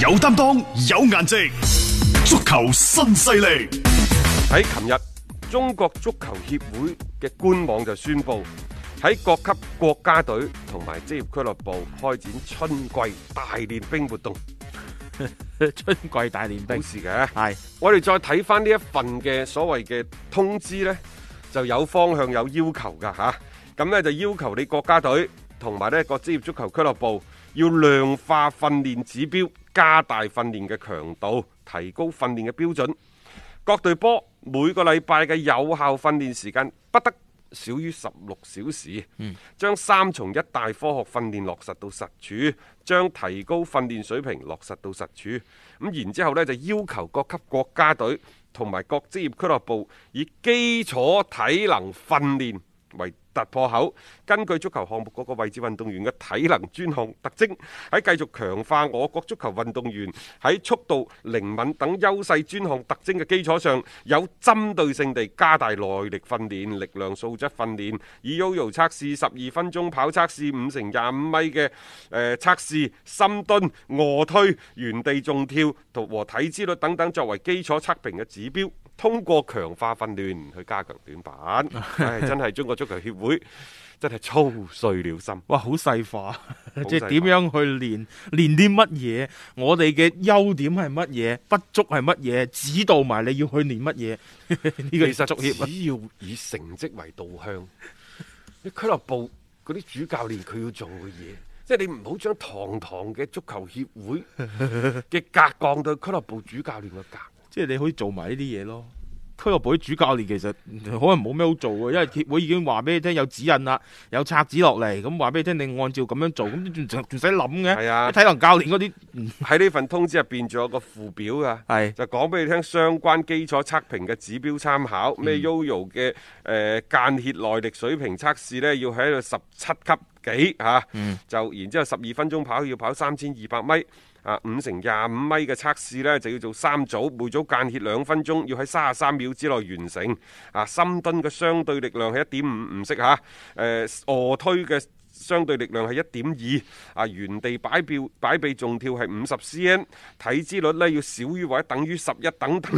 有擔當，有顏值，足球新勢力。喺琴日，中國足球協會嘅官網就宣布，喺各級國家隊同埋職業俱樂部開展春季大練兵活動， 春季大練好兵事嘅。係我哋再睇翻呢一份嘅所謂嘅通知呢，就有方向有要求噶吓。咁、呢就要求你國家隊同埋呢個職業足球俱樂部要量化訓練指標，加大訓練嘅強度，提高訓練嘅標準。各隊波每個禮拜嘅有效訓練時間不得少於十六小時，將三從一大科學訓練落實到實處，將提高訓練水平落實到實處。咁然之後呢，就要求各級國家隊同埋各職業俱樂部以基礎體能訓練為突破口，根據足球項目各個位置運動員嘅體能專項特徵，喺繼續強化我國足球運動員喺速度、靈敏等優勢專項特徵嘅基礎上，有針對性地加大耐力訓練、力量素質訓練，以 YOYO 測試、十二分鐘跑測試、五乘廿五米嘅誒、呃、測試、深蹲、卧推、原地縱跳同和體脂率等等作為基礎測評嘅指標。通過強化訓練去加強短 板，唉，真係中國足球協會真係操碎了心。哇，好細化，即細化係點樣去練，練啲乜嘢？我哋嘅優點係乜嘢？不足係乜嘢？指導埋你要去練乜 嘢？呢個其實足協啊只要以成績為導向， 你俱樂部嗰啲主教練佢要做嘅嘢，即係你唔好將堂堂嘅足球協 會嘅格降到俱樂部主教練嘅格。即係你可以做埋呢啲嘢咯。俱樂部啲主教練其實嗯可能冇咩好做嘅，因為協會已經話俾你聽有指引啦，有冊子落嚟，咁話俾你聽你按照咁樣做，咁仲仲使諗嘅？係啊體能教練嗰啲嗯喺呢份通知入邊仲有個附表啊㗎。係就講俾你聽相關基礎測評嘅指標參考，咩 Yoyo 嘅誒間歇耐力水平測試呢，要喺度十七級幾嚇，就然之後十二分鐘跑要跑三千二百米。啊，五乘廿五米嘅測試呢，就要做三組，每組間歇兩分鐘，要喺三十三秒之內完成。啊，深蹲嘅相對力量係一點五，唔識嚇。誒、卧推嘅相對力量係一點二，啊原地擺臂擺臂縱跳係五十 cm，體脂率呢要少於或者等於十一等 等。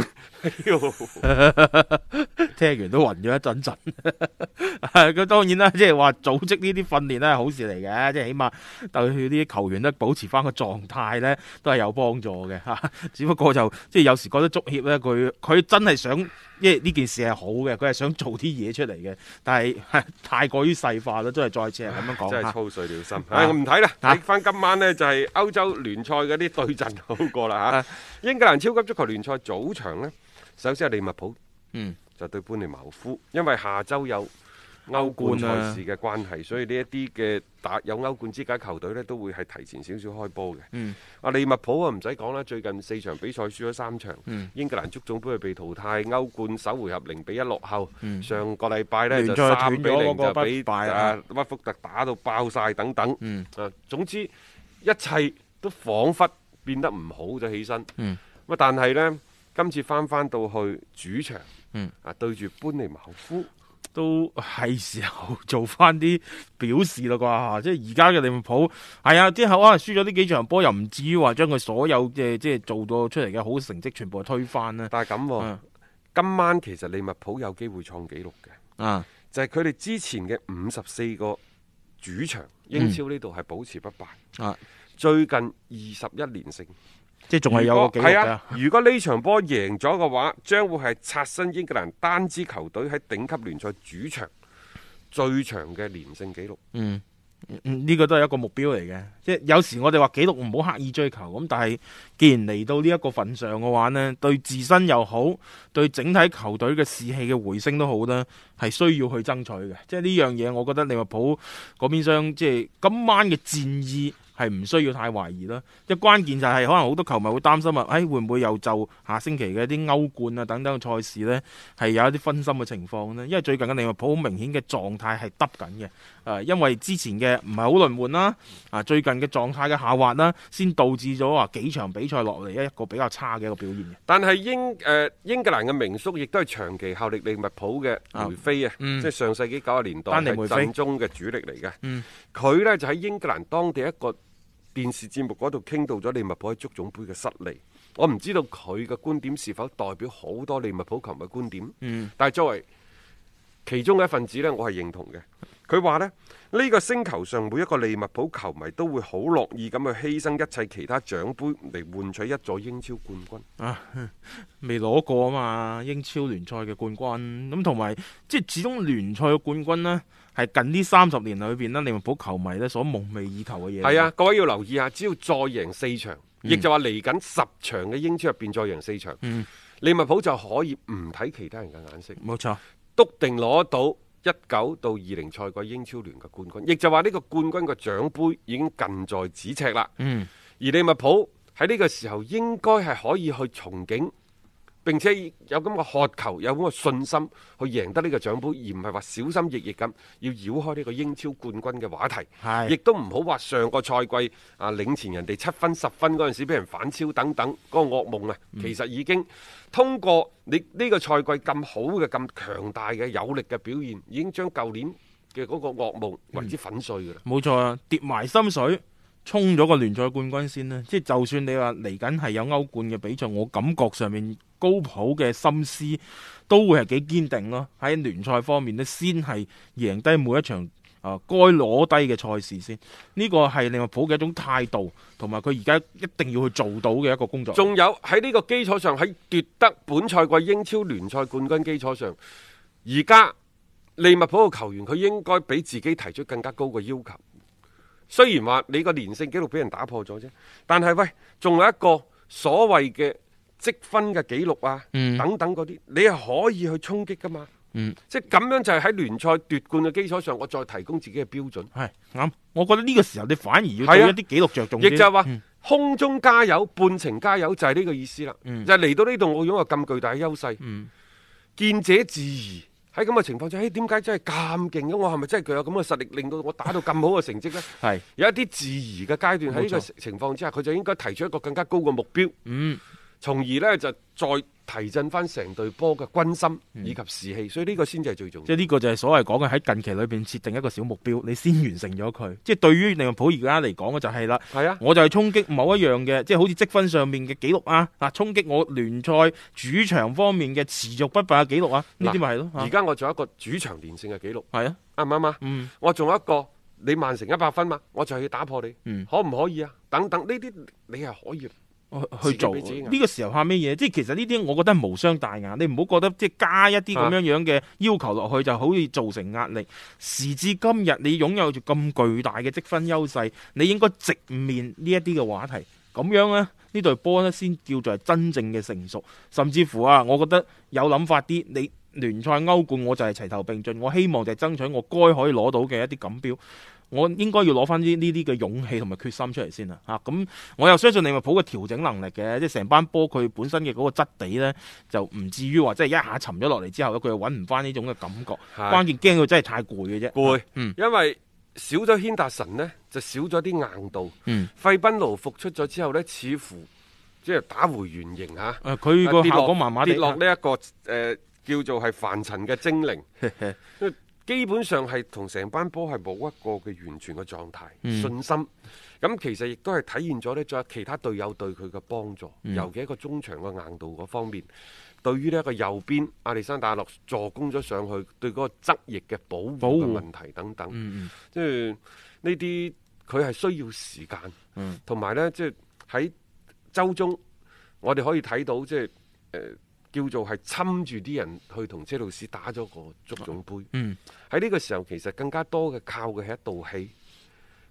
哎喲 聽完都暈咗一陣 陣。咁當然啦，即係話組織呢啲訓練咧係好事嚟嘅，即係起碼對啲球員咧保持翻個狀態咧都係有幫助嘅 嚇。只不過就即係有時覺得足協咧，佢佢真係想，因為呢件事係好嘅，佢係想做啲嘢出嚟嘅，但係 太過於細化啦，都係再次係咁樣講真係嚇。操碎了心。唉，我唔睇啦，啊睇翻今晚呢，就係歐洲聯賽嗰啲對陣好過啊啦嚇。英格蘭超級足球聯賽早場呢，首先係利物浦嗯，就對般尼茅夫，因為下周有。歐冠歐冠啊賽事嘅關係，所以呢一啲嘅打有歐冠資格球隊呢，都會係提前少少開波嘅。嗯啊利物浦啊唔使講啦，最近四場比賽輸咗三場，英格蘭足總杯係被淘汰，歐冠首回合零比一落後，上個禮拜呢，就聯賽三斷比咗嗰零個就不俾敗啊啊屈福特打到爆晒等等，嗯啊總之一切都彷彿變得唔好咗起身。咁啊、嗯但係呢，今次翻翻到去主場，嗯啊對住班尼茅夫。都係時候做翻啲表示啦啩，即係而家嘅利物浦係啊，之後可能輸咗呢幾場波，又唔至於話將佢所有嘅即係做到出嚟嘅好成績全部推翻啦。但係咁、喎，嗯今晚其實利物浦有機會創紀錄嘅，啊，就係佢哋之前嘅五十四個主場英超呢度係保持不敗，嗯啊最近二十一連勝，即係仲係有個如果紀係錄啊！如果呢場波贏咗嘅話，將會係刷新英格蘭單支球隊喺頂級聯賽主場最長嘅連勝紀錄。嗯，嗯嗯呢、個都係一個目標嚟嘅，即係有時我哋話紀錄唔好刻意追求，咁但係既然嚟到呢一個份上嘅話呢，對自身又好，對整體球隊嘅士氣嘅回升都好啦，係需要去爭取嘅。即係呢樣嘢，我覺得利物浦嗰邊商即係今晚嘅戰意。係唔需要太懷疑啦，即係關鍵就係可能好多球迷會擔心啊，誒、會唔會又就下星期嘅啲歐冠啊等等嘅賽事呢，係有一啲分心嘅情況呢？因為最近嘅利物浦好明顯嘅狀態係耷緊嘅，誒、因為之前嘅唔係好輪換啦，啊，最近嘅狀態嘅下滑啦，先導致咗話幾場比賽落嚟一個比較差嘅一個表現嘅。但係英誒、呃英格蘭嘅名宿亦都係長期效力利物浦嘅梅菲啊，嗯即係上世紀九十年代丹尼係梅菲陣中嘅主力嚟嘅。佢、嗯呢就喺英格蘭當地一個電視節目嗰度傾到咗利物浦喺足總杯嘅失利。我唔知道佢嘅觀點是否代表好多利物浦球迷嘅觀點，嗯但係作為其中嘅一份子呢，我係認同嘅。佢話呢，呢、個星球上每一個利物浦球迷都會好樂意咁去犧牲一切其他獎杯嚟換取一座英超冠軍。啊，未攞過啊嘛，英超聯賽嘅冠軍，咁同埋即係始終聯賽嘅冠軍呢，係近呢三十年裏邊呢，利物浦球迷呢所夢寐以求嘅嘢。係啊，各位要留意下，只要再贏四場，亦、就話嚟緊十場嘅英超入邊再贏四場，利物浦就可以唔睇其他人嘅眼色，冇錯，篤定攞到一九到二零賽季英超聯嘅冠軍，亦就話呢個冠軍嘅獎杯已經近在咫尺啦。嗯，而利物浦喺呢個時候應該係可以去憧憬。並且有咁嘅渴求，有咁嘅信心去贏得呢個獎杯，而唔係話小心翼翼咁要繞開呢個英超冠軍嘅話題。亦係都唔好話上個賽季啊領前人哋七分十分嗰陣時俾人反超等等嗰、個噩夢啊，其實已經通過你呢個賽季咁好嘅、咁強大嘅有力嘅表現，已經將舊年嘅嗰個噩夢為之粉碎㗎啦。冇錯啊，跌埋心水，衝咗個聯賽冠軍先啦。即係就算你話嚟緊係有歐冠嘅比賽，我感覺上面高普嘅心思都會係幾堅定咯。喺聯賽方面呢，先係贏低每一場。啊，該攞低嘅賽事先，呢個係利物浦嘅一種態度，同埋佢而家一定要去做到嘅一個工作。仲有喺呢個基礎上，喺奪得本賽季英超聯賽冠軍基礎上，而家利物浦嘅球員佢應該俾自己提出更加高嘅要求。雖然話你個連勝紀錄俾人打破咗啫，但係喂，仲有一個所謂嘅積分嘅紀錄啊，嗯等等嗰啲，你係可以去衝擊噶嘛。嗯即係咁樣就係喺聯賽奪冠嘅基礎上，我再提供自己嘅標準。係啱，我覺得呢個時候你反而係要對啊一啲紀錄着重亦啲，就係話嗯空中加油、半程加油就係呢個意思啦。嗯就係嚟到呢度，我擁有咁巨大嘅優勢，嗯見者自疑。喺咁嘅情況之下，誒點解真係咁勁嘅？我係咪真係具有咁嘅實力，令到我打到咁好嘅成績呢？係有一啲自疑嘅階段喺呢個冇錯情況之下，佢就應該提出一個更加高嘅目標，嗯從而呢就再提振翻成隊波嘅軍心以及士氣。所以呢個先至係最重要。嗯即係呢個就係所謂講嘅喺近期裏邊設定一個小目標，你先完成咗佢。即係對於利物浦而家嚟講嘅就係啦，係啊，我就係衝擊某一樣嘅，即係好似積分上面嘅紀錄啊，嗱，衝擊我聯賽主場方面嘅持續不敗嘅紀錄啊，呢啲咪係咯，而家我仲有一個主場連勝嘅記錄，係啊，啱唔啱啊？嗯我仲有一個你曼城一百分嘛，我就要打破你，嗯可唔可以啊？等等呢啲你係可以，去去做自己俾自己壓呢個時候怕咩嘢？即係其實呢啲我覺得係無傷大雅，你唔好覺得即係加一啲咁樣樣嘅要求落去就好似造成壓力。時至今日，你擁有住咁巨大嘅積分優勢，你應該直面呢一啲嘅話題，咁樣呢，呢隊波呢先叫做係真正嘅成熟，甚至乎啊，我覺得有諗法啲你。聯賽歐冠我就係齊頭並進，我希望就係爭取我該可以攞到嘅一啲錦標，我應該要攞翻呢呢啲嘅勇氣同埋決心出嚟先啦嚇。咁、我又相信利物浦嘅調整能力嘅，即係成班波佢本身嘅嗰個質地呢，就唔至於話即係一下沉咗落嚟之後咧，佢又揾唔翻呢種嘅感覺。關鍵驚佢真係太攰嘅啫。攰，嗯因為少咗軒達臣呢，就少咗啲硬度。嗯，費賓奴復出咗之後呢，似乎即係打回原形嚇。誒啊佢個跌落效果麻麻地啊跌。落呢一個誒、呃叫做係凡塵嘅精靈， 因為基本上係同成班波係冇一個嘅完全嘅狀態、嗯信心。咁其實亦都係體現咗呢，仲有其他隊友對佢嘅幫助，嗯尤其一個中場嘅硬度嗰方面。對於呢一個右邊亞歷山大洛助攻咗上去，對嗰個側翼嘅保護保護嘅問題等等，嗯即係呢啲佢係需要時間。嗯同埋呢，即係喺周中，我哋可以睇到即係誒、呃叫做係侵住啲人去同車路士打咗個足總杯。嗯喺呢個時候，其實更加多嘅靠嘅係一道氣。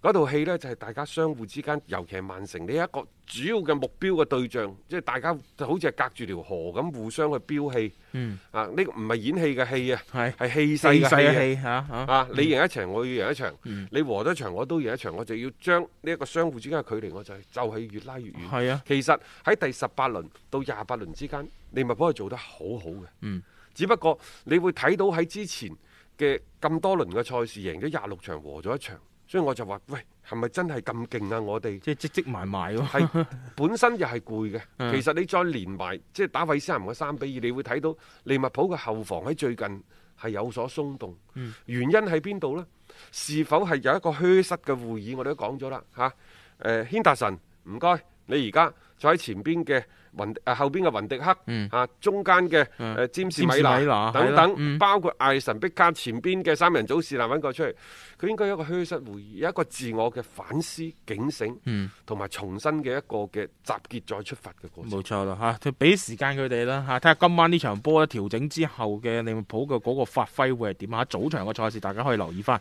嗰道氣呢，就係、大家相互之間，尤其係曼城呢一個主要嘅目標嘅對象，即係大家就好似係隔住條河咁互相去飆氣。嗯，啊，呢、個唔係演戲嘅戲啊，係係氣四勢嘅氣細啊。嘅氣嚇嚇。啊！你贏一場，我要贏一場；你和咗一場，我都贏一場。我就要將呢一個相互之間嘅距離，我就係就係越拉越遠。係啊，其實喺第十八輪到廿八輪之間，利物浦係做得好好嘅。嗯，只不過你會睇到喺之前嘅咁多輪嘅賽事，贏咗廿六場，和咗一場，所以我就話：喂，係咪真係咁勁啊？我哋即係積積埋埋喎。 係本身又係攰嘅，嗯其實你再連埋即係打韋斯咸嘅三比二，你會睇到利物浦嘅後防喺最近係有所鬆動。嗯原因喺邊度呢？是否係有一個虛失嘅會議？我哋都講咗啦嚇。誒軒達臣，唔該，你而家坐喺前邊嘅雲誒後邊嘅雲迪克，嗯啊中間嘅嗯誒詹士詹米士米拿拿係等啦等，嗯包括艾神碧卡前邊嘅三人組是但揾個出嚟，佢應該有一個虛實會議，有一個自我嘅反思、警醒嗯，同埋重新嘅一個嘅集結再出發嘅過程。冇錯啦嚇，佢俾時間佢哋啦嚇，睇下今晚呢啊場波咧調整之後嘅利物浦嘅嗰個發揮會係點啊！早場嘅賽事大家可以留意翻。